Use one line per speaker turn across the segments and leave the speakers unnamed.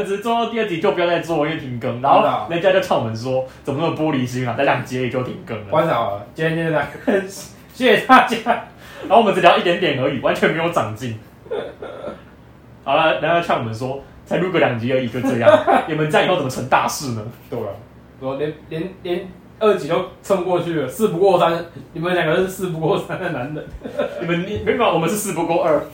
只是做到第二集就不要再做，因为停更。然
真的啊
后人家就敲门说：“怎么那么玻璃心啊？才两集也就停更了。
关好了，今天就来，谢谢大家。”
然后我们只聊一点点而已，完全没有长进。 好了，人家敲门说：“才录个两集而已，就这样，你们这样以后怎么成大事呢
对了，我连连连二级都撑不过去了，事不过三，你们两个是事不过三的男人。？”
你们你没办法，我们是事不过二。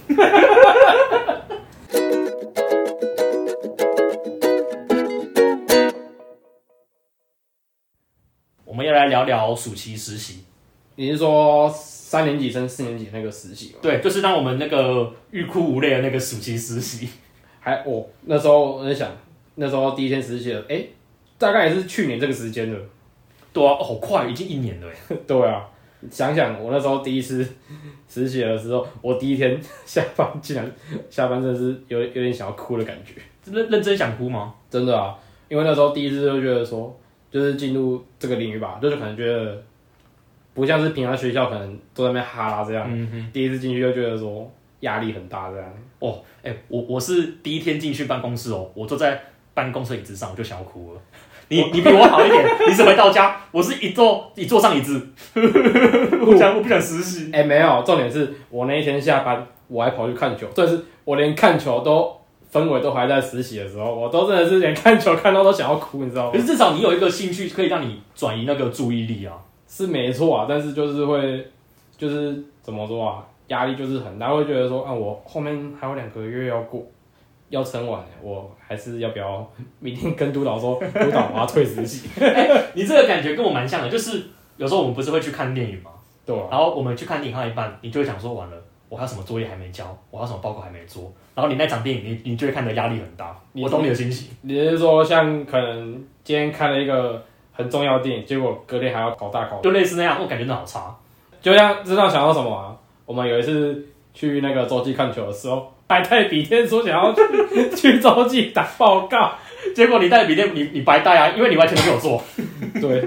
我们要来聊聊暑期实习。
你是说三年级升四年级那个实习吗？
对，就是让我们那个欲哭无泪的那个暑期实习，
还哦，那时候我在想，那时候第一天实习的，哎、大概也是去年这个时间了。
对啊，哦好快，已经一年了耶。欸
对啊，想想我那时候第一次实习的时候，我第一天下班竟然下班真的是有有点想要哭的感觉，
认认真想哭吗？
真的啊，因为那时候第一次就觉得说，就是进入这个领域吧，就是可能觉得不像是平常学校可能都在那边哈啦这样，
嗯
第一次进去就觉得说压力很大这样，
哦，哎、我我是第一天进去办公室哦，我坐在办公室椅子上，我就想要哭了。 你你比我好一点，你是回到家，我是一坐一坐上椅子， 我想我不想实习。
哎、没有，重点是我那一天下班，我还跑去看球，重点是我连看球都氛围都还在实习的时候，我都真的是连看球看到都想要哭，你知道
可
吗？
是至少你有一个兴趣可以让你转移那个注意力啊。
是没错啊，但是就是会，就是怎么说啊，压力就是很大，会觉得说，啊，我后面还有两个月要过，要撑完，我还是要不要明天跟督导说，督导我要啊退实习，
你这个感觉跟我蛮像的，就是有时候我们不是会去看电影吗？
对啊吧、
然后我们去看电影看到一半，你就会想说完了，我还有什么作业还没交，我还有什么报告还没做，然后你那场电影你你就会看得压力很大。
你
我懂你的心情，
你是说像可能今天看了一个很重要的电影，结果隔天还要考大考？
就类似那样，我感觉那好差。
就像知道想要什么啊？我们有一次去那个洲际看球的时候，还带笔电说想要去去洲际打报告。
结果你带笔电，你你白带啊，因为你完全没有做。
对，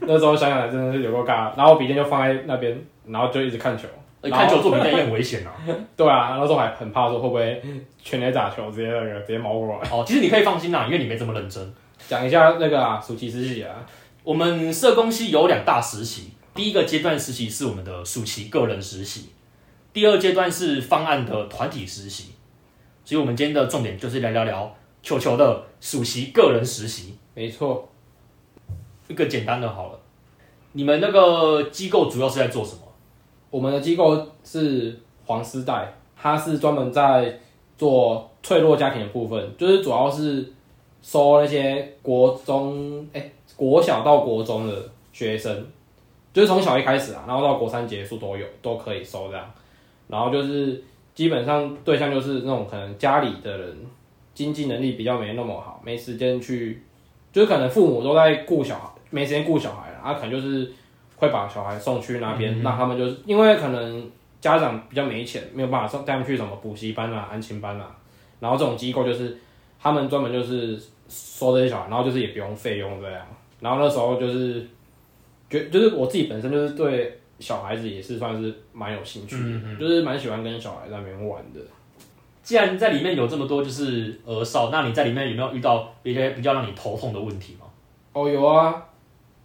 那时候想想真的是有够尬。然后笔电就放在那边，然后就一直看球。
呃看球做比赛也很危险啊。
对啊，那时候还很怕说会不会全垒打球直接那个直接毛过来。
哦，其实你可以放心啦，因为你没这么认真。
讲一下那个啊，暑期实习啊，
我们社工系有两大实习，第一个阶段实习是我们的暑期个人实习，第二阶段是方案的团体实习。所以，我们今天的重点就是来聊聊球球的暑期个人实习。
没错，
一个简单的好了，你们那个机构主要是在做什么？
我们的机构是黄丝带，它是专门在做脆弱家庭的部分，就是主要是收那些国中、哎、国小到国中的学生，就是从小一开始啊，啊然后到国三结束都有都可以收这样。然后就是基本上对象就是那种可能家里的人经济能力比较没那么好，没时间去，就是可能父母都在顾小孩，没时间顾小孩了，啊，可能就是会把小孩送去那边，让他们就是因为可能家长比较没钱，没有办法送带他们去什么补习班啊、安亲班啊，然后这种机构就是他们专门就是收这些小孩，然后就是也不用费用这样，然后那时候就是觉就是我自己本身就是对小孩子也是算是蛮有兴趣的，就是蛮喜欢跟小孩在那边玩的。
既然在里面有这么多就是儿少，那你在里面有没有遇到一些比较让你头痛的问题吗？
哦，有啊，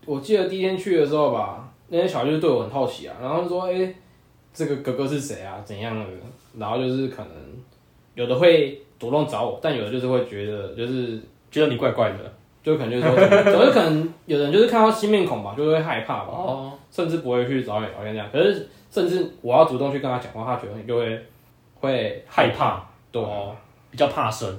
我记得第一天去的时候吧，那些小孩就是对我很好奇啊，然后就说：“哎、这个哥哥是谁啊？怎样的？”然后就是可能有的会主动找我，但有的就是会觉得就是
觉得你怪怪的
就可能就是说怎么，总是可能有人就是看到新面孔吧，就会害怕吧，
哦，
甚至不会去找你聊天这样。可是甚至我要主动去跟他讲话，他觉得你就会会
害怕，
对啊、
哦比较怕生。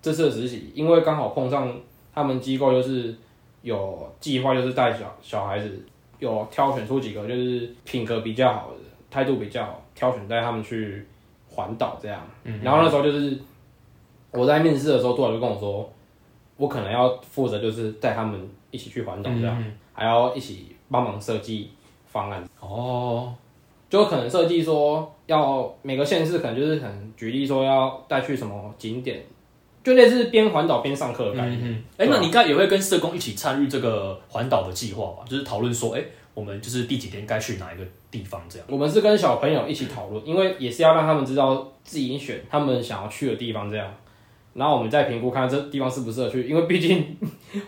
这次的实习，因为刚好碰上他们机构就是有计划，就是带小小孩子有挑选出几个就是品格比较好的、态度比较好，挑选带他们去环岛这样。然后那时候就是我在面试的时候，杜老就跟我说，我可能要负责就是带他们一起去环岛这样，还要一起帮忙设计方案。
哦，
就可能设计说要每个县市可能就是可能举例说要带去什么景点，就类似边环岛边上课的感觉。
嗯，哎、那你应该也会跟社工一起参与这个环岛的计划吧？就是讨论说，哎、我们就是第几天该去哪一个地方这样。
我们是跟小朋友一起讨论，因为也是要让他们知道自己选他们想要去的地方这样。然后我们再评估看看这地方适不适合去，因为毕竟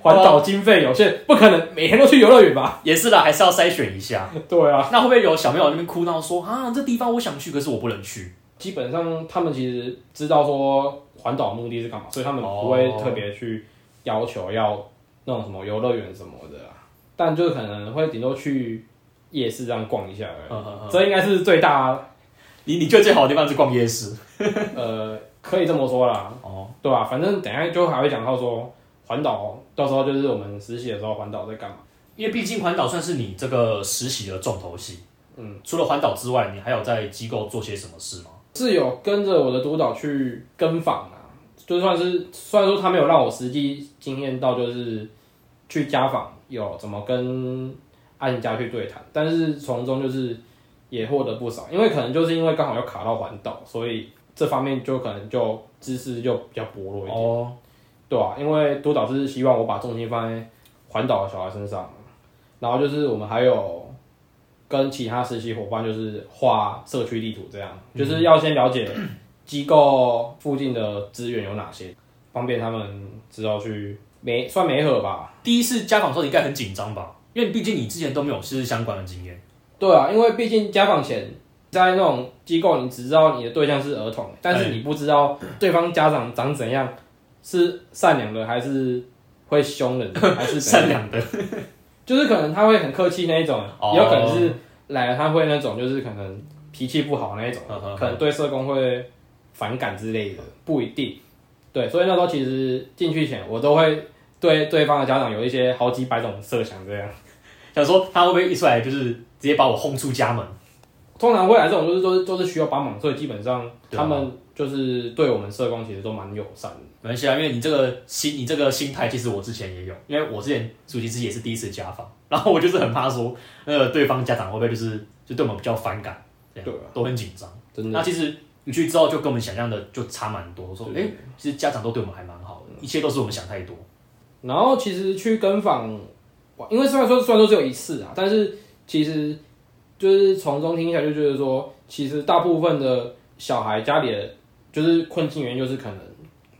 环岛经费有限，不可能每天都去游乐园吧？
也是啦，还是要筛选一下。
对啊，
那会不会有小朋友在那边哭闹说啊，这地方我想去，可是我不能去？
基本上他们其实知道说环岛的目的是干嘛，所以他们不会特别去要求要那种什么游乐园什么的啊，但就是可能会顶多去夜市这样逛一下而已。
嗯嗯嗯，
这应该是最大，
你你觉得最好的地方是逛夜市？
呃，可以这么说啦，
哦，
对吧、反正等一下就还会讲到说环岛，到时候就是我们实习的时候环岛在干嘛。
因为毕竟环岛算是你这个实习的重头戏。嗯，除了环岛之外，你还有在机构做些什么事吗？
是有跟着我的督导去跟访啊，就算是虽然说他没有让我实际经验到，就是去家访有怎么跟案家去对谈，但是从中就是也获得不少，因为可能就是因为刚好要卡到环岛，所以这方面就可能就知识就比较薄弱一点，
哦，
对啊，因为督导是希望我把重心放在环岛的小孩身上，然后就是我们还有。跟其他实习伙伴就是画社区地图，这样、就是要先了解机构附近的资源有哪些，方便他们之后去媒算媒合吧。
第一次家访的时候你应该很紧张吧？因为毕竟你之前都没有是相关的经验。
对啊，因为毕竟家访前在那种机构，你只知道你的对象是儿童，但是你不知道对方家长长怎样，是善良的还是会凶人的，还是怎
善
样
良的
就是可能他会很客气那一种，
哦
也有可能是来了他会那种，就是可能脾气不好那一种
嗯嗯嗯，
可能对社工会反感之类的，不一定。对，所以那时候其实进去前，我都会对对方的家长有一些好几百种设想，这样
想说他会不会一出来就是直接把我轰出家门？
通常会来这种就是都是都是需要帮忙，所以基本上
对啊
他们就是对我们社工其实都蛮友善的。
没关系啊，因为你这个心，你这个心态，其实我之前也有，因为我之前主题师也是第一次家访，然后我就是很怕说，那个对方家长会不会就是就对我们比较反感，这样
对啊
都很紧张。
真的
那其实你去之后，就跟我们想象的就差蛮多，说哎、
对
诶其实家长都对我们还蛮好的，一切都是我们想太多。
然后其实去跟访，哇因为虽然说虽然说只有一次啊，但是其实就是从中听起来就觉得说，其实大部分的小孩家里的就是困境原因就是可能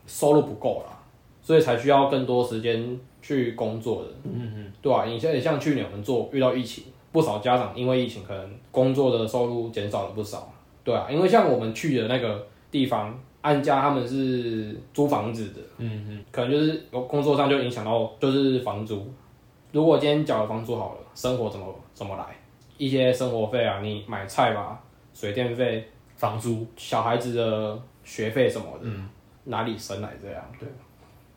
收入不够啦，所以才需要更多时间去工作的。嗯嗯，对啊，你像像去年我们做遇到疫情，不少家长因为疫情可能工作的收入减少了不少。对啊，因为像我们去的那个地方，安家他们是租房子的。可能就是有工作上就影响到就是房租。如果今天缴了房租好了，生活怎么怎么来？一些生活费啊，你买菜吧，水电费，
房租
小孩子的学费什么的，哪里生来这样？对，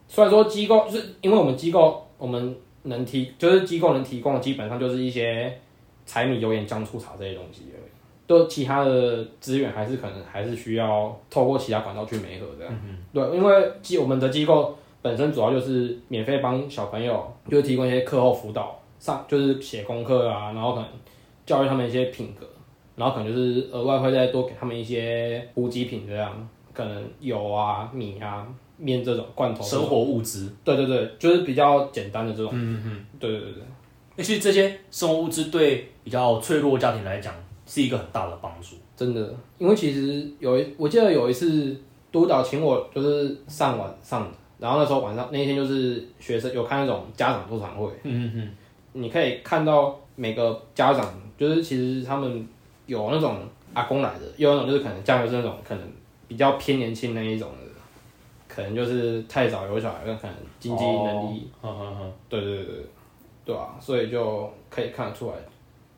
虽然说机构就是因为我们机构我们能提就是机构能提供的基本上就是一些柴米油盐酱醋茶这些东西而已，就其他的资源还是可能还是需要透过其他管道去媒合这样。对，因为机我们的机构本身主要就是免费帮小朋友就是提供一些课后辅导，上就是写功课啊，然后可能教育他们一些品格。然后可能就是额外会再多给他们一些补给品，这样可能油啊、米啊、面这种罐头，
生活物资。
对对对，就是比较简单的这种，嗯嗯，对对对对，
那其实这些生活物资对比较脆弱的家庭来讲是一个很大的帮助。
真的，因为其实有一我记得有一次督导请我就是上晚上的，然后那时候晚上那一天就是学生有看那种家长座谈会，
嗯嗯
你可以看到每个家长，就是其实他们有那种阿公来的，也有那种就是可能家里是那种可能比较偏年轻那一种的，可能就是太早有小孩，可能经济能力，
力，嗯嗯嗯，
对对对对，对啊，所以就可以看得出来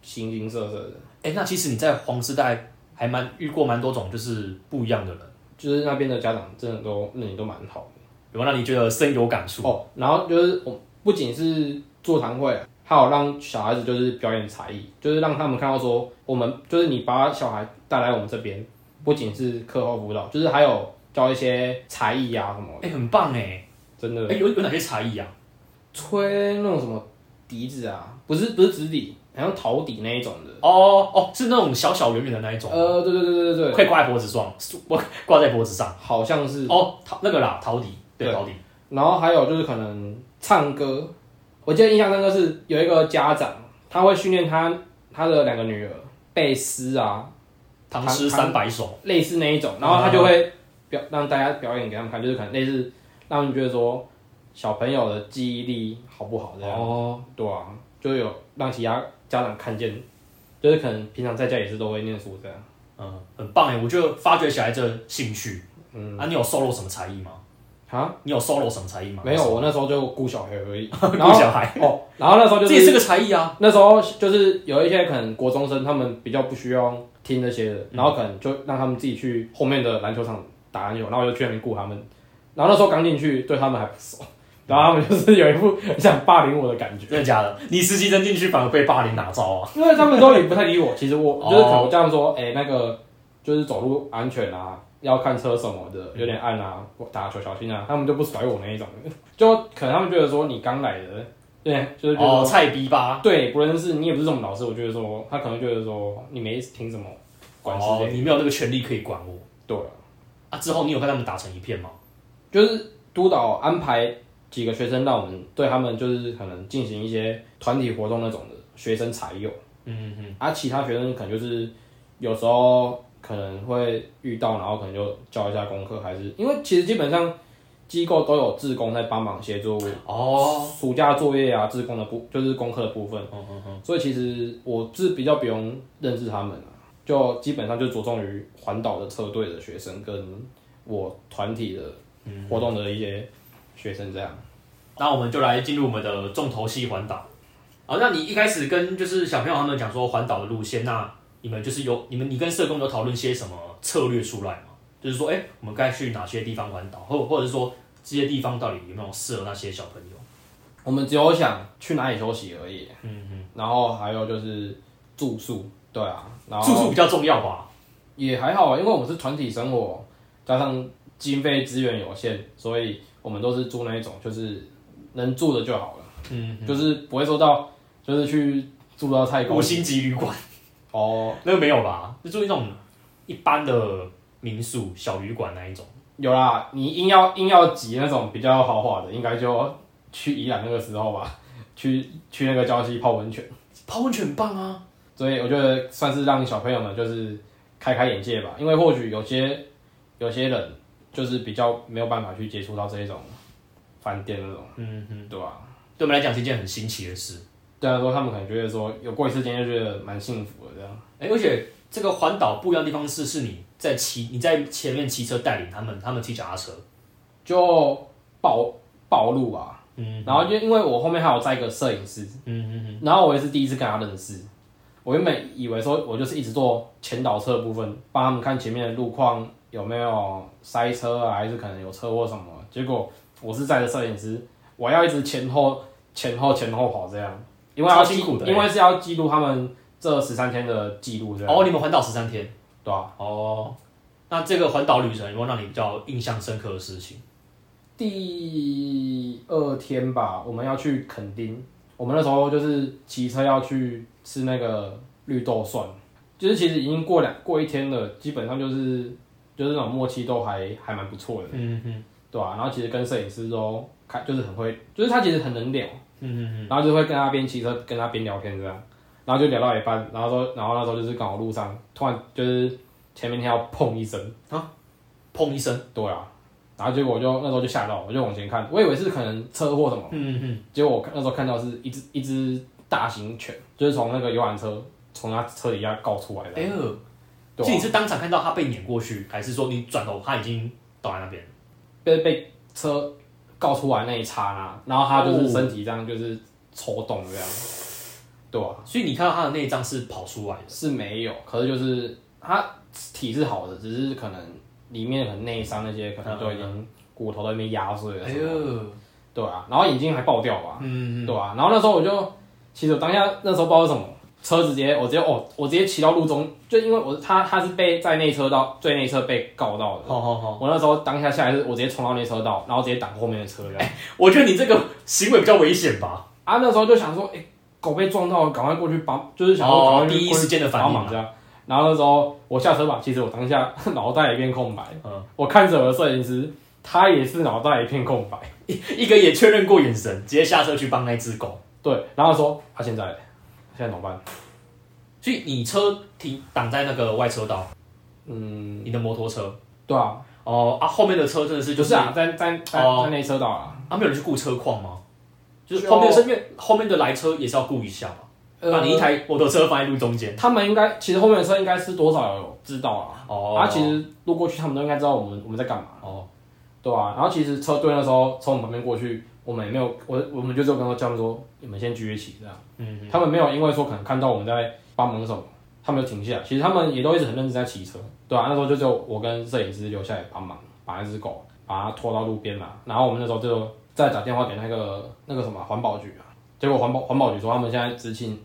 形形色色的，
哎、那其实你在黄时代还蛮遇过蛮多种就是不一样的人，
就是那边的家长真的都那里都蛮好
有让你觉得深有感触。
的哦。然后就是我不仅是座谈会啊。还有让小孩子就是表演才艺，就是让他们看到说，我们就是你把小孩带来我们这边，不仅是课后辅导，就是还有教一些才艺啊什么的，
哎、很棒哎、
真的
哎、有有哪些才艺啊？
吹那种什么笛子啊，不是不是直笛，好像陶笛那一种的。
哦哦，是那种小小圆圆的那一种，
呃，对对对对对
可
对，
以挂在脖子上，我挂在脖子上。
好像是。
哦，陶那个啦，陶笛，对
对
陶笛，
然后还有就是可能唱歌，我记得印象深刻是有一个家长，他会训练他他的两个女儿背诗啊，
唐诗
唐
三百首。
类似那一种，然后他就会表让大家表演给他们看，就是可能类似让他们觉得说小朋友的记忆力好不好这样，
哦，
对啊，就有让其他家长看见，就是可能平常在家也是都会念书这样。
嗯，很棒哎，我就发掘小孩子的兴趣。嗯，啊，你有 solo 什么才艺吗？
啊，
你有 solo 什么才艺吗？。
没有，，我那时候就顾小孩而 已
顾
然后
小孩，
哦，然后那时候就
这也
是
是个才艺啊。
那时候就是有一些可能国中生，他们比较不需要听这些的，然后可能就让他们自己去后面的篮球场打篮球，然后我就去那边顾他们。然后那时候刚进去，对他们还不熟，然后他们就是有一副很想霸凌我的感觉，
真的假的？你实习生进去反而被霸凌哪招啊？
因为他们都也不太理我。其实我
哦
就是可能我这样说，哎、那个就是走路安全啊，要看车什么的，有点暗啊，我打球小心啊，他们就不甩我那一种的，就可能他们觉得说你刚来的，对，就是觉得说
哦，菜逼吧？
啊对，不论是你也不是这种老师，我觉得说他可能觉得说你没听什么管之
哦
类，的，
你没有那个权利可以管我
对啊，
啊！之后你有跟他们打成一片吗？
就是督导安排几个学生让我们对他们就是可能进行一些团体活动那种的学生才有，
嗯，
啊，其他学生可能就是有时候可能会遇到，然后可能就教一下功课，还是因为其实基本上机构都有志工在帮忙协助
哦，
暑假作业啊，志工的部就是功课的部分，所以其实我是比较不用认识他们啊，就基本上就着重于环岛的车队的学生跟我团体的活动的一些学生这样。
那我们就来进入我们的重头戏环岛。好，那你一开始跟就是小朋友他们讲说环岛的路线，那你们就是有你们你跟社工有讨论些什么策略出来吗？就是说，哎、我们该去哪些地方环岛，或或者是说这些地方到底有没有适合那些小朋友？
我们只有想去哪里休息而已，嗯嗯，然后还有就是住宿，对啊，然后
住宿比较重要吧？
也还好啊，因为我们是团体生活，加上经费资源有限，所以我们都是住那一种，就是能住的就好了。嗯，就是不会说到，就是去住到太高
五星级旅馆
哦，
那个没有吧？就住那种一般的民宿小旅馆那一种。
有啦，你硬要硬要挤那种比较豪华的，应该就去宜兰那个时候吧， 去去那个礁溪泡温泉，
泡温泉很棒啊！
所以我觉得算是让小朋友们就是开开眼界吧，因为或许有些有些人就是比较没有办法去接触到这一种饭店那种，嗯嗯，对吧、
对我们来讲是一件很新奇的事。
对啊，说他们可能觉得说有过一次经验就觉得蛮幸福的这样。
哎、而且这个环岛不一样的地方是，是你在骑你在前面骑车带领他们，他们骑脚踏车。
就暴暴露啊。嗯，然后就因为我后面还有在一个摄影师，嗯嗯嗯，然后我也是第一次跟他认识，我原本以为说我就是一直做前导车的部分，帮他们看前面的路况有没有塞车啊，还是可能有车祸什么，结果我是载着摄影师，我要一直前后前后前后跑这样，因为要
超
记
辛苦的欸
因为是要记录他们这十三天的记录这样，
哦，你们环岛十三天。
对啊，
哦，那这个环岛旅程有没有让你比较印象深刻的事情？
第二天吧，我们要去垦丁，我们那时候就是骑车要去吃那个绿豆蒜，就是其实已经过两过一天了，基本上就是就是那种默契都还还蛮不错的，
嗯嗯
对吧、然后其实跟摄影师都开就是很会，就是他其实很能聊，嗯嗯嗯，然后就会跟他边骑车跟他边聊天这样，然后就聊到一半，然后说然后那时候就是刚好路上突然就是前面听到砰一声。
砰一声。
对啊，然后结果我就那时候就吓到，我就往前看，我以为是可能车祸什么，
嗯嗯。
结果我看那时候看到是一只一只大型犬，就是从那个游览车从他车底下告出来的，
哎呦，
啊对
所以
啊、
你是当场看到他被碾过去，还是说你转头他已经倒在那边？
被被车告出来那一刹那，然后他就是身体这样就是抽动这样，对啊，
所以你看到他的内脏是跑出来的。
是没有，可是就是他体是好的，只是可能里面可能内伤那些可能都已经骨头都被压碎了
哎
什么的，
呦，
对啊，然后眼睛还爆掉吧。
嗯，
对啊，然后那时候我就，其实我当下那时候不知道为什么，车直接我直接哦，我直接骑到路中，就因为我他他是被在内车道最内侧被告到的，
好好好，
我那时候当下下来是我直接冲到内车道，然后直接挡后面的车这样，
我觉得你这个行为比较危险吧。
啊那时候就想说，哎、狗被撞到了，赶快过去帮，就是想说赶
哦
快，去
第一时间的反
帮
应
忙
啊。
这样。然后那时候我下车吧，其实我当下脑袋一片空白，
嗯
我看着我的摄影师，他也是脑袋一片空白，
一个也确认过眼神，直接下车去帮那只狗。
对，然后说他、啊现在嘞现在怎么办？
所以你车停挡在那个外车道，
嗯，
你的摩托车
对啊，
哦啊，后面的车真的是就
不
是
是啊，在在在
哦
在内车道啊，
啊，没有人去顾车况吗？就是
就
后面的车，因为后面的来车也是要顾一下吧。把你一台摩托车放在路中间。
呃他们应该其实后面的车应该是多少有知道啊，
哦，
啊，其实路过去他们都应该知道我们我们在干嘛，
哦，
对啊，然后其实车队那时候从我们旁边过去，我们也没有我我们就只有跟他们说，你们先聚一起这样，
嗯，
他们没有因为说可能看到我们在帮忙什么，他们就停下来，其实他们也都一直很认真在骑车，对啊，那时候就只有我跟摄影师留下来帮忙，把那只狗把它拖到路边嘛，然后我们那时候就再打电话给那个那个什么环保局啊，结果环保环保局说他们现在执勤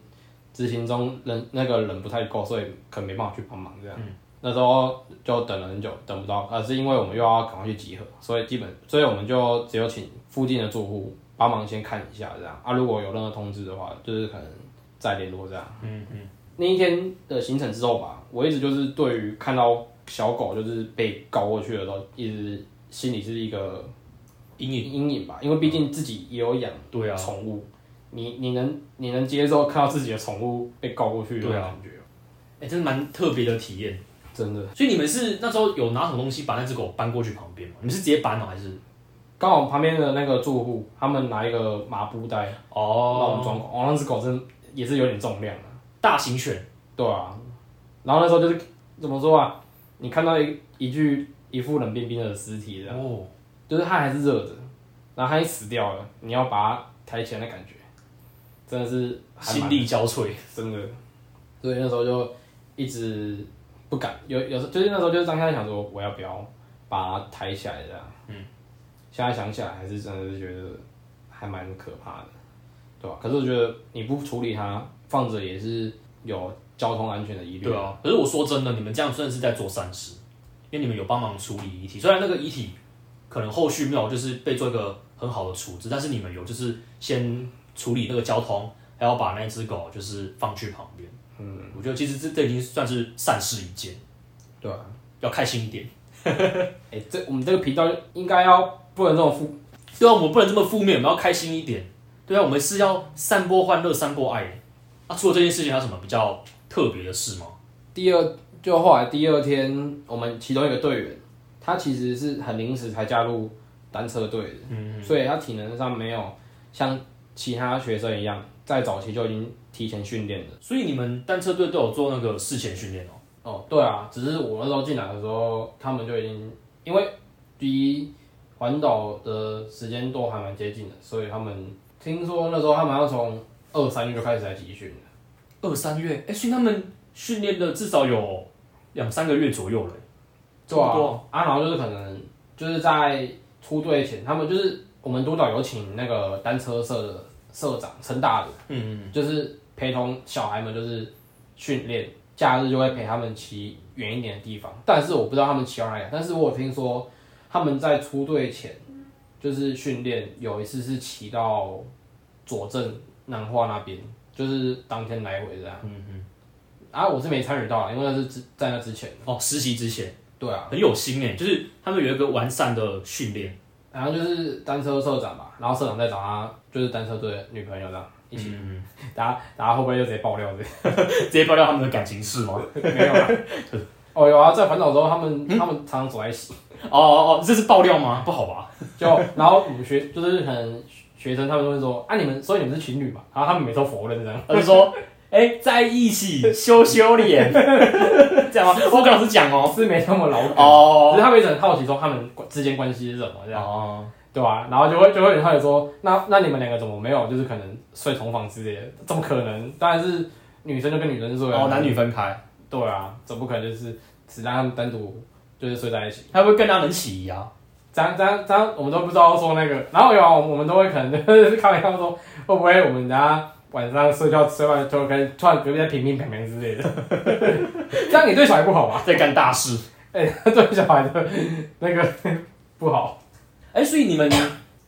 执勤中人那个人不太够，所以可能没办法去帮忙这样。
嗯
那时候就等了很久，等不到，呃，是因为我们又要赶快去集合，所以基本，所以我们就只有请附近的住户帮忙先看一下这样啊，如果有任何通知的话，就是可能再联络这样。
嗯
嗯。那一天的行程之后吧，我一直就是对于看到小狗就是被搞过去的时候，一直心里是一个
阴影，
阴影吧，因为毕竟自己也有养
对啊，
宠物，你你能你能接受看到自己的宠物被搞过去的
对
感
啊
觉，
哎，真的蛮特别的体验。
真的。
所以你们是那时候有拿什么东西把那只狗搬过去旁边吗？你们是直接搬哦，还是？
刚好旁边的那个住户，他们拿一个麻布袋帮我们
哦，
装狗，哦，那只狗真的也是有点重量啊，
大型犬，
对啊。然后那时候就是怎么说啊？你看到一一具一副冷冰冰的尸体的，
哦，
就是啊它还是热的，然后它已经死掉了，你要把它抬起来的感觉，真的是还
心
蛮
力交瘁，
真的。所以那时候就一直不敢，有有时候就是那时候就是当下想说，我要不要把它抬起来这样。嗯。现在想起来，还是真的是觉得还蛮可怕的，对吧、可是我觉得你不处理它，放着也是有交通安全的疑虑。
对啊。可是我说真的，你们这样算是在做善事，因为你们有帮忙处理遗体，虽然那个遗体可能后续没有就是被做一个很好的处置，但是你们有就是先处理那个交通，还要把那只狗就是放去旁边。嗯，我觉得其实这这已经算是善事一件，
对啊。
要开心一点。
哎、这我们这个频道应该要不能这种负，
对啊，我们不能这么负面，我们要开心一点。对啊，我们是要散播欢乐，散播爱。那、除了这件事情，还有什么比较特别的事吗？
第二，就后来第二天，我们其中一个队员，他其实是很临时才加入单车队的，所以他体能上没有像其他学生一样，在早期就已经提前训练了。
所以你们单车队都有做那个事前训练哦。
哦，对啊，只是我那时候进来的时候，他们就已经因为第一环岛的时间都还蛮接近的，所以他们听说那时候他们要从二三月就开始来集训了。
二三月，哎、所以他们训练了至少有两三个月左右了，这
对
么
啊
多。，
啊，然后就是可能就是在出队前，他们就是我们督导有请那个单车社的社长陈大人，
嗯，
就是陪同小孩们就是训练，假日就会陪他们骑远一点的地方。但是我不知道他们骑到哪里，但是我有听说他们在出队前就是训练，有一次是骑到左镇南化那边，就是当天来回这样。嗯嗯。啊，我是没参与到啊，因为那是之在那之前。
哦，实习之前
对啊。
很有心哎，就是他们有一个完善的训练。
然后就是单车社长吧，然后社长再找他，就是单车队的女朋友这样一起，大家大家会不会就直接爆料 这
直接爆料他们的感情事吗？
个？没有啊，哦有啊，在环岛之后，他们他们常常走在一起，
哦哦哦，这是爆料吗？不好吧？
就然后我们学就是可能学生他们都会说啊你们所以你们是情侣嘛，然后他们每次都否认这样，
他就说， 哎、在一起羞羞脸， 这 样吗？我跟老师讲哦。
是没那么老梗，
哦
只是他们一直很好奇说他们之间关系是什么这样，
哦，
对吧、然后就会就会很好奇说那那你们两个怎么没有就是可能睡同房之类的，怎么可能？当然是女生就跟女生睡啊，
哦，男女分开，
对啊，总不可能就是只让他们单独就是睡在一起。
他会更让人起疑啊。
咱咱咱我们都不知道说那个，然后有啊，我们都会可能就是开玩笑说，会不会我们等下晚上睡觉睡完就可以突然隔壁在乒乒乓乓之类的，这样你对小孩不好吧？
在干大事。
哎、对小孩的那个不好。
哎、所以你们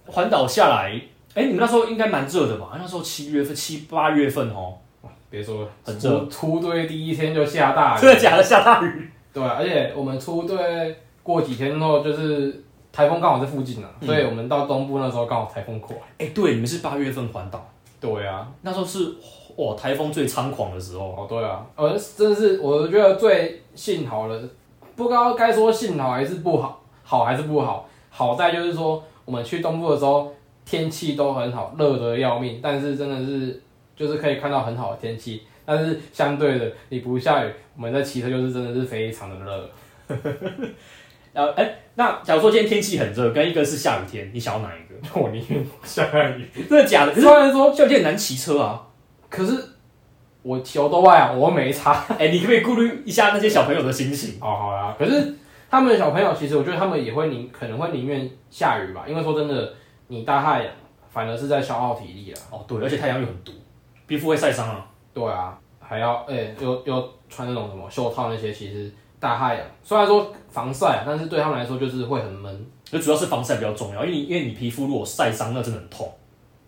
环岛下来，哎、你们那时候应该蛮热的吧？那时候七月份、七八月份哦，
别说了，
很热
出出队第一天就下大雨，
真的假的？下大雨。
对啊，而且我们出队过几天后，就是台风刚好在附近啊，
嗯
所以我们到东部那时候刚好台风过来。
哎、对，你们是八月份环岛，
对啊，
那时候是哇台风最猖狂的时候。
哦，对啊，呃，真的是我觉得最幸好的，不知道该说幸好还是不好，好还是不好。好在就是说，我们去东部的时候天气都很好，热得要命，但是真的是就是可以看到很好的天气。但是相对的，你不下雨，我们在骑车就是真的是非常的热。
呃，哎、那假如说今天天气很热，跟一个是下雨天，你想要哪一个？
我宁愿下雨。
真的假的？可是
虽然说，
下雨天很难骑车啊。
可是我骑欧都外啊，我又没差。
哎、你可不可以顾虑一下那些小朋友的心情？
哦，好啦，可是他们小朋友，其实我觉得他们也会宁可能会宁愿下雨吧，因为说真的，你大太阳反而是在消耗体力啊。
哦，对，而且太阳又很毒，皮肤会晒伤啊。
对啊，还要哎、又又穿那种什么袖套那些，其实大太阳虽然说防晒啊，但是对他们来说就是会很闷。
就主要是防晒比较重要，因为你因为你皮肤如果晒伤，那真的很痛。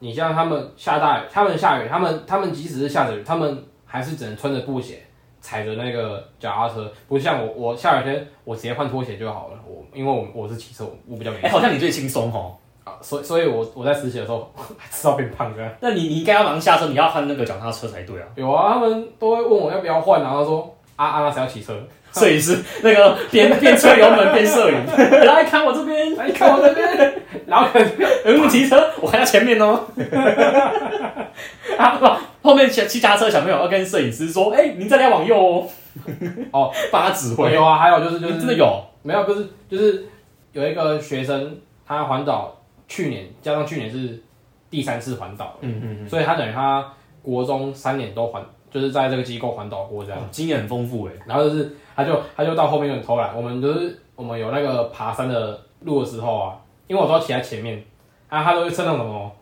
你像他们下大雨，他们下雨，他们他们即使是下着雨，他们还是只能穿着布鞋，踩着那个脚踏车，不像我，我下雨天我直接换拖鞋就好了。我因为我我是骑车，我我比较没
哎、好像你最轻松哦。
啊，所以所以我我在实习的时候还吃到变胖这样。
那你你应该要马上下车，你要换那个脚踏车才对啊。
有啊，他们都会问我要不要换，然后说啊啊，那谁要骑车？
摄影师那个边边吹油门边摄影， 来看我这边，
哎，你看我这边， 然后可能
嗯，骑车我看到前面哦。 啊不，后面骑骑脚踏车的小朋友要呃跟摄影师说，哎、您这里要往右哦。
哦，
帮他指挥。
有啊，还有就是就 是
真的有，
没有，就是就是有一个学生，他环岛去年加上去年是第三次环岛，
嗯嗯
所以他等于他国中三年都环，就是在这个机构环岛过这样。
哦经验很丰富哎。
然后就是他就他就到后面有点偷懒，我们就是我们有那个爬山的路的时候啊，因为我都要骑在前面，啊，他都会趁那种什么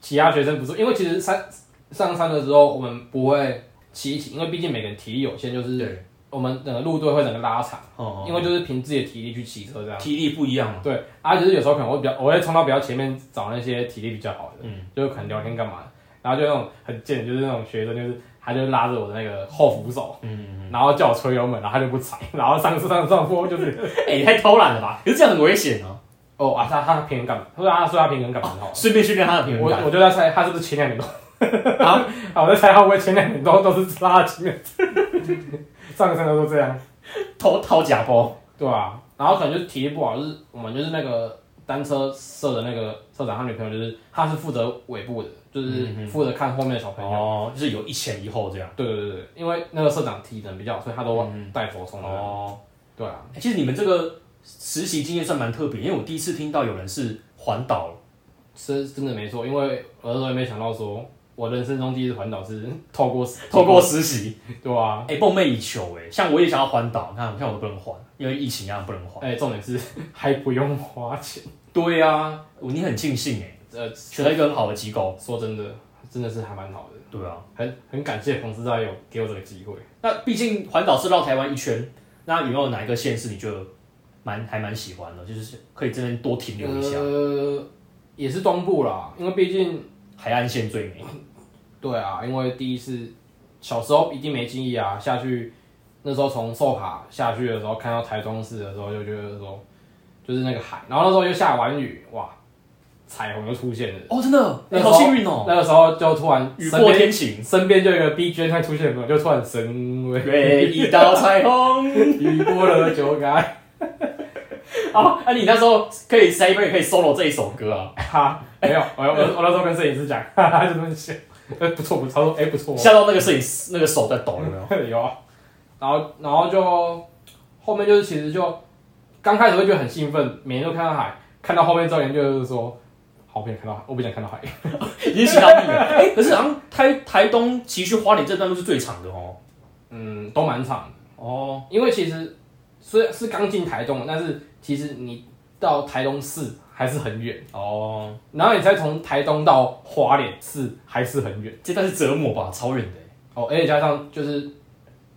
其他学生不是，因为其实山上山的时候我们不会骑一骑，因为毕竟每个人体力有限，就是
对，
我们整个路队会整个拉长，
哦，
因为就是凭自己的体力去骑车这样。
体力不一样嘛。
对，啊，就是有时候可能会比较，我会冲到比较前面找那些体力比较好的，
嗯，
就是可能聊天干嘛的，然后就那种很贱，就是那种学生，就是他就拉着我的那个后扶手。
嗯，
然后叫我吹油门，然后他就不踩，然后上次上上坡就是，
哎、你太偷懒了吧？可是这样很危险哦、
哦啊，他他平衡感，他说啊他说他平衡感很好，
顺便训练他的平衡
我
感。
我就在猜他是不是前两年都，啊， 我在猜他会不会前两年都都是拉前面， 上山的都这样，
偷掏假包，
对啊，然后可能就是体力不好，就是我们就是那个单车社的那个社长，他女朋友就是他是负责尾部的，就是
嗯嗯
负责看后面的小朋友，
哦，就是有一前一后这样。
对对对对，因为那个社长体能比较好，所以他都会带头冲的，
哦，
嗯对啊，
欸其实你们这个实习经验算蛮特别，因为我第一次听到有人是环岛，
是真的没错，因为我那时候也没想到说，我人生中第一次环岛是透过
透过实习，
对啊，
哎、梦寐以求哎、像我也想要环岛，你看，你看我都不能环，因为疫情啊不能环。
哎、重点是还不用花钱。
对啊，我你很庆幸哎、
呃，
选到一个很好的机构。
说真的，真的是还蛮好的，
对啊，
很很感谢黄师大有给我这个机会。
那毕竟环岛是绕台湾一圈，那有没有哪一个县市你觉得蛮还蛮喜欢的，就是可以这边多停留一下？
呃，也是东部啦，因为毕竟
海岸线最美。
对啊，因为第一次小时候一定没经历啊，下去那时候从寿卡下去的时候，看到台中市的时候，就觉得说就是那个海，然后那时候又下完雨，哇，彩虹就出现了。
哦，真的，
那
你
时候嗯
好幸运哦，
那个时候就突然
雨
身
过
边
天晴，
身边就有一个 B G M 他出现了，就突然神威，
对，一道彩虹。
雨过了酒干，
啊，那、你那时候可以 C 位可以 solo 这一首歌啊，
哈，没有，我我我那时候跟摄影师讲， 哈哈，就这么写，哎，不错不错，他说哎不错，
吓到那个摄影师那个手在抖，有没有？
有啊，然后然后就后面就是其实就刚开始会觉得很兴奋，每天都看到海，看到后面之后，人就是说，好不想看到海，我不想看到海，
已经洗到腻了。 哎、可是好像台台东骑去花莲这段路是最长的哦。
嗯，都蛮长的，
哦，
因为其实虽然是刚进台东，但是其实你到台东市还是很远。
哦，
然后你再从台东到花莲是还是很远
这段是折磨吧，超远的欸。
哦，而且加上就是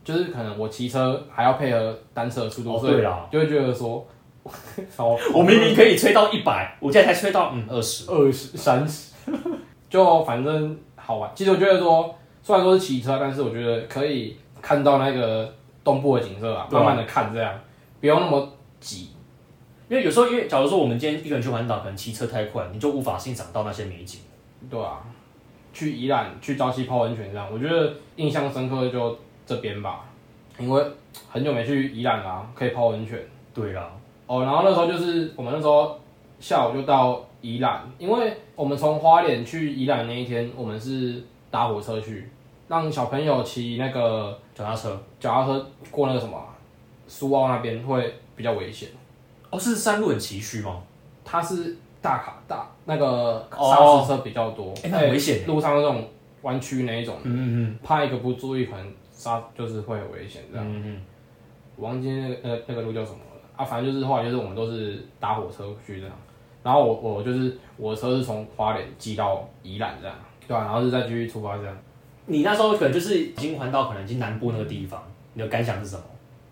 就是可能我骑车还要配合单车的速度，
哦，
所以
对啦，
就会觉得说， 超
我明明可以吹到一百，我现在才吹到嗯二十。
二十三十， 就反正好玩。其实我觉得说，虽然说是骑车，但是我觉得可以看到那个东部的景色啊，
对啊
慢慢的看这样，不用那么急。
因为有时候，因为假如说我们今天一个人去环岛，可能骑车太快，你就无法欣赏到那些美景。
对啊，去宜兰、去礁溪泡温泉这样，我觉得印象深刻的啊就这边吧，因为很久没去宜兰啦、可以泡温泉。
对啦，
哦，然后那时候就是我们那时候下午就到宜兰，因为我们从花莲去宜兰那一天，我们是搭火车去，让小朋友骑那个
脚踏车。
脚踏车过那个什么啊苏澳那边会比较危险，
哦，是山路很崎岖吗？
它是大卡大那个
哦
砂石车比较多，
哎那很危险
路上那种弯曲那一种，
嗯嗯
怕一个不注意可能刹就是会有危险
嗯
这样。
嗯嗯，
我忘记那个那个那个路叫什么了啊，反正就是后来就是我们都是搭火车去这样，然后我我就是我的车是从花莲寄到宜兰这样，对啊，然后就再继续出发这样。
你那时候可能就是已经环岛，可能已经南部那个地方，你的感想是什么？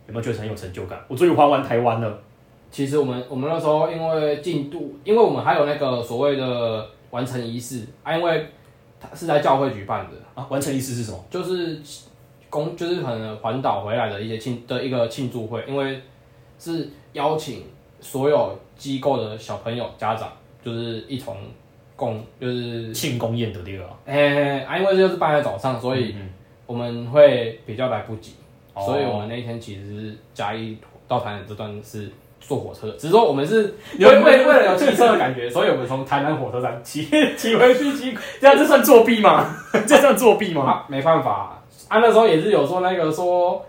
有没有觉得很有成就感？我终于环完台湾了。
其实我们我们那时候因为进度，因为我们还有那个所谓的完成仪式啊，因为它是在教会举办的，
啊，完成仪式是什么？
就是公就是可能环岛回来的一些庆的一个庆祝会，因为是邀请所有机构的小朋友家长，就是一同共就是
庆功宴的第二啊，
哎、啊，因为这就是办在早上，所以
嗯
我们会比较来不及，
哦
所以我们那一天其实是嘉义到台南这段是坐火车的，只是说我们是
有
为为为了有骑 车的感觉，所以我们从台南火车站骑骑回去骑
嗯这样这算作弊吗？ 这算作弊 吗？
啊，没办法啊，那时候也是有说那个说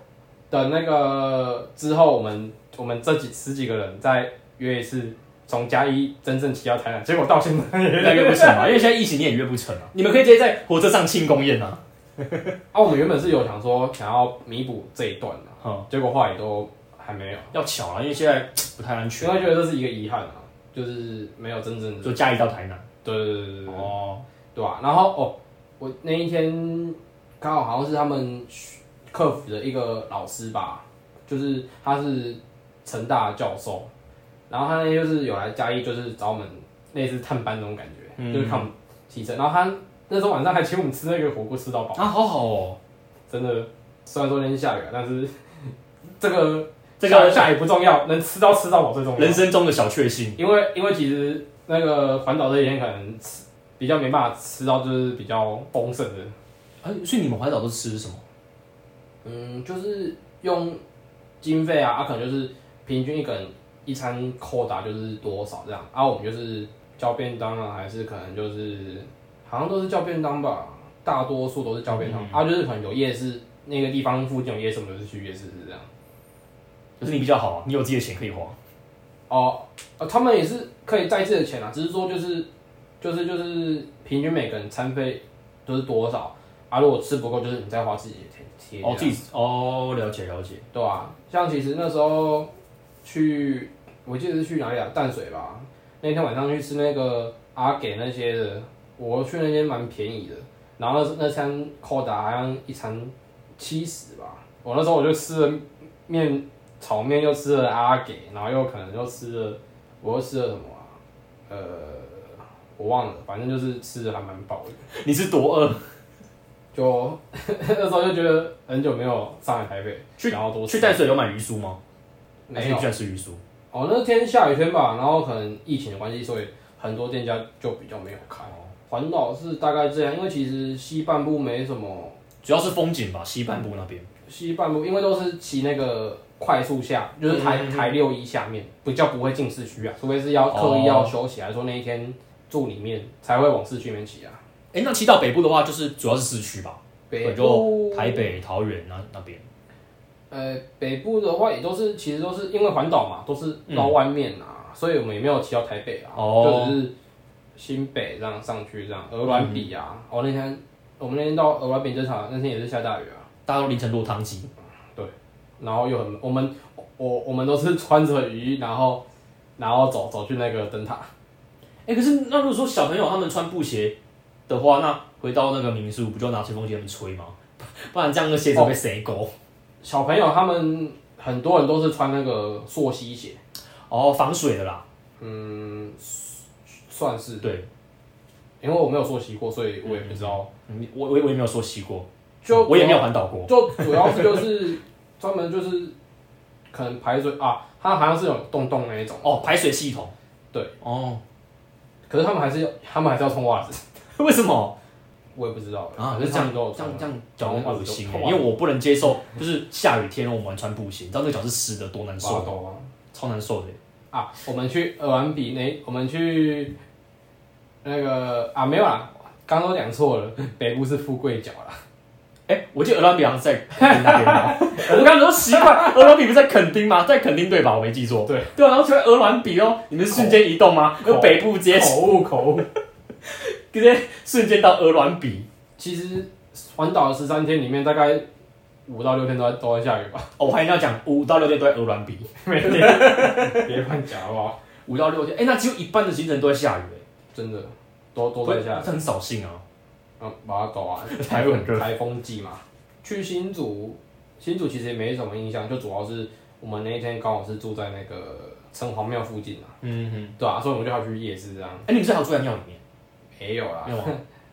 等那个之后，我们我们这几十几个人再约一次，从嘉义真正骑到台南，结果到现在
越来越不成啊，因为现在疫情你也约不成啊。你们可以直接在火车上庆功宴啊。
啊，我们原本是有想说想要弥补这一段的、
嗯，
结果后来也都还没有，
要巧啊，因为现在不太安
因
全，
为觉得这是一个遗憾啊，就是没有真正的
就嘉义到台南。
对对对对对
哦，
对吧、然后哦，我那一天刚好好像是他们学客服的一个老师吧，就是他是成大教授，然后他那天就是有来嘉义，就是找我们类似探班那种感觉，
嗯
就是看我们提升。然后他那时候晚上还请我们吃那个火锅吃到饱，
啊，好好哦，
真的，虽然说那天下雨啊，但是 这个
这个
下下雨不重要，能吃到吃到饱最重要。
人生中的小确幸。
因为因为其实那个环岛这几天可能吃比较没办法吃到就是比较丰盛的，
啊，所以你们环岛都吃什么？
嗯，就是用经费啊，啊可能就是平均一个人一餐扣打就是多少这样，啊我们就是叫便当啊，还是可能就是好像都是叫便当吧，大多数都是叫便当，啊就是可能有夜市那个地方附近有夜市，我们就是去夜市是这样。
就是你比较好啊，你有自己的钱可以花。
哦，呃，他们也是可以带自己的钱啊，只是说就是就是就是平均每个人餐费都是多少啊？如果吃不够，就是你再花自己的钱贴这
哦
样，
自己哦，了解了解。
对啊，像其实那时候去，我记得是去哪里啊？淡水吧。那天晚上去吃那个阿给那些的，我去那间蛮便宜的，然后那那餐扣打好像一餐七十吧。我那时候我就吃了面炒面，又吃了阿给，然后又可能又吃了，我又吃了什么啊？呃，我忘了，反正就是吃的还蛮饱的。
你是多饿？
就 那时候就觉得很久没有上海台北，
去
然后多吃
去淡水有买鱼酥吗？还是
没
你
有
喜。欢吃鱼酥？
哦，那天下雨天吧，然后可能疫情的关系，所以很多店家就比较没有开。
哦
环岛是大概这样，因为其实西半部没什么，
主要是风景吧，西半部那边。
西半部因为都是骑那个快速下，就是台、
嗯嗯嗯
台六一下面，比较不会进市区啊，除非是要刻意要
哦
休息，还是说那一天住里面才会往市区里面骑啊。
哎、那骑到北部的话，就是主要是市区吧，
北哦
就
部，
台北、桃园那那边。
呃，北部的话也都是，其实都是因为环岛嘛，都是绕外面啊，所以我们也没有骑到台北啊，
嗯哦
就只是新北这样上去这样，鹅銮比啊，
嗯
哦那天我们那天到鹅銮比这场那天也是下大雨啊，
大家都凌晨落汤鸡，
然后又很我们我我们都是穿着雨衣，然后然后走走去那个灯塔，
哎、可是那如果说小朋友他们穿布鞋的话，那回到那个民宿不就拿吹风机他们吹吗？ 不然这样的鞋子被谁勾？
小朋友他们很多人都是穿那个溯溪鞋，
哦，防水的啦，
嗯，算是，
对，
因为我没有溯溪过，所以我也不知道，
嗯我我也我也没有说洗过，嗯
就
我也没有环岛过。
就主要是就是专门就是可能排水啊，它好像是有洞洞那一种，
哦，排水系统。
对。
哦，
可是他们还是要他们还是要穿袜子，
为什么
我也不知道
啊？
可
就是这样
他们都有
这
穿
样这样脚
脚
很
很
恶
恶
心
心
欸，因为我不能接受，就是下雨天我们穿布鞋，你知道那个脚是湿的，多难
袜
受，
兜啊，
超难受的欸。
啊，我们去尔湾比那，我们去那个啊，没有啦，刚刚都讲错了， 北部是富贵角啦。
哎、我记得鹅銮比好像在垦丁那边 吧，我刚刚说奇怪，鹅銮比不是在垦丁吗？在垦丁对吧？我没记错。
对哦
对啊，然后就鹅銮比哦，你们瞬间移动吗？
口
由北部直接
口误口误。
直接瞬间到鹅銮比，
其实环岛的十三天里面，大概五到六天都在都在下雨吧，
哦，我还要讲五到六天都在鹅銮比，
每天别乱讲好不好？
五到六天，哎、那只有一半的行程都在下雨、哎，
真的，都都在下雨
这。很扫兴啊。
嗯，把它搞完。
台湾很热
台风季嘛。去新竹，新竹其实也没什么印象，就主要是我们那一天刚好是住在那个城隍庙附近啊，
嗯哼，
对啊，所以我们就要去夜市这样。
哎、你们最好住在庙里面，
没有啦
没，有啊？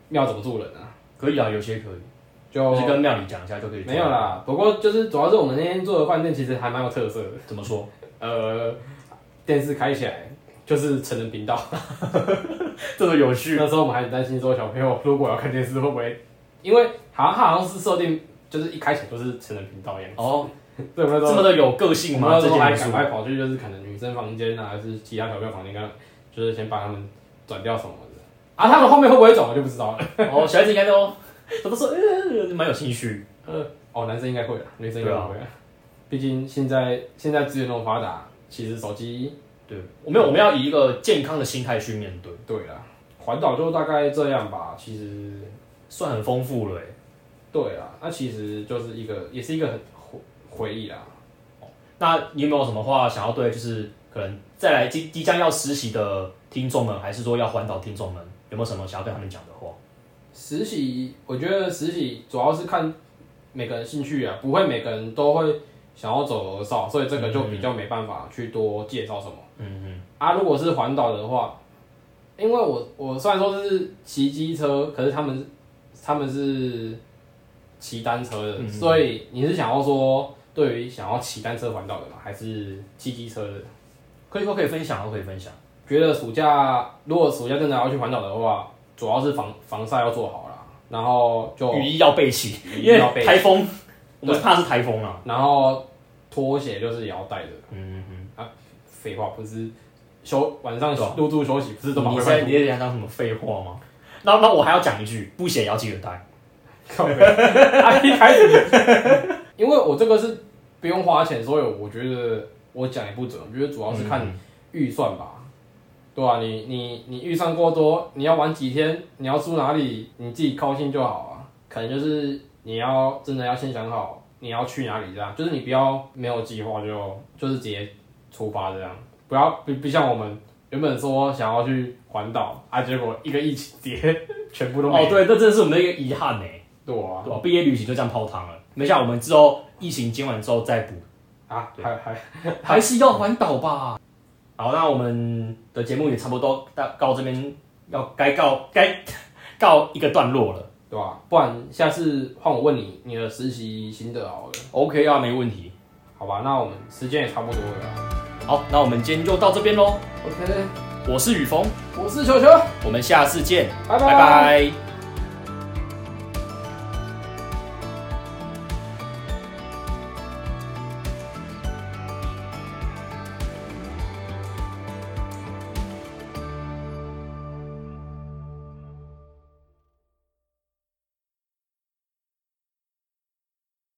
庙怎么住人啊？
可以啊，有些可以，
就
就是跟庙里讲一下就可以。
哦没有，啊啦。不过就是主要是我们那天做的饭店其实还蛮有特色的，
怎么说？
呃，电视开起来就是成人频道。
这么有趣，
那时候我们还很担心说小朋友如果要看电视会不会，因为好像它好像是设定就是一开始就是成人频 道一样，
哦，
对，我们那时候
这么的有个性
我们
吗？
那
这
时候
件
还
元素
赶快跑去，就是可能女生房间啊，还是其他小朋友房间，跟他就是先把他们转掉什么的啊。他们后面会不会走，我就不知道了。
哦，小孩子应该都，他都说，呃，蛮有兴趣。
哦，男生应该会啦，女生应
啊
该不会啦。啊毕竟现在现在资源那么发达，其实手机
对，我
嗯
们有我们要以一个健康的心态去面对，
对啦，环岛就大概这样吧。其实
算很丰富了、哎
对啦，那其实就是一个也是一个很回回忆啦。
那你有没有什么话想要对，就是可能再来即即将要实习的听众们，还是说要环岛听众们，有没有什么想要对他们讲的话？
实习，我觉得实习主要是看每个人兴趣啊，不会每个人都会想要走儿少，所以这个就比较没办法去多介绍什么。
嗯
啊，如果是环岛的话，因为我我虽然说是骑机车，可是他们他们是骑单车的，
嗯
所以你是想要说对于想要骑单车环岛的吗？还是骑机车的？
哼，可以说可以分享，都可以分享。
觉得暑假如果暑假真的要去环岛的话，主要是防防晒要做好啦，然后就
雨衣要备齐，
雨衣
因为
要备齐
台风，我们怕是台风啊。
然后拖鞋就是也要带着。啊
嗯嗯
废话，不是休晚上
对啊
入住休息，不是都
嗯，
蛮
你
会
现在
换
你也想讲什么废话吗？那那我还要讲一句，布鞋也要记得带。
靠北 啊，一开始，因为我这个是不用花钱，所以我觉得我讲也不准，我觉得主要是看
嗯
预算吧。对啊，你你你预算过多，你要玩几天，你要住哪里，你自己高兴就好啊。可能就是你要真的要先想好你要去哪里这样，就是你不要没有计划就就是直接出发这样，不要不不像我们原本说想要去环岛啊，结果一个疫情直接全部都没
哦，对，这真的是我们的一个遗憾欸呢、
对啊，
对吧、毕业旅行就这样泡汤了。没想到我们之后疫情减完之后再补，
啊，
对
还还
还是要环岛吧。好，那我们的节目也差不多到到这边要该告该 告一个段落了。
对吧、不然下次换我问你你的实习心得好了，
OK 啊，没问题。
好吧？那我们时间也差不多了啊。
好，那我们今天就到这边喽。
OK，
我是雨峰，
我是球球，
我们下次见，
拜
拜
拜
拜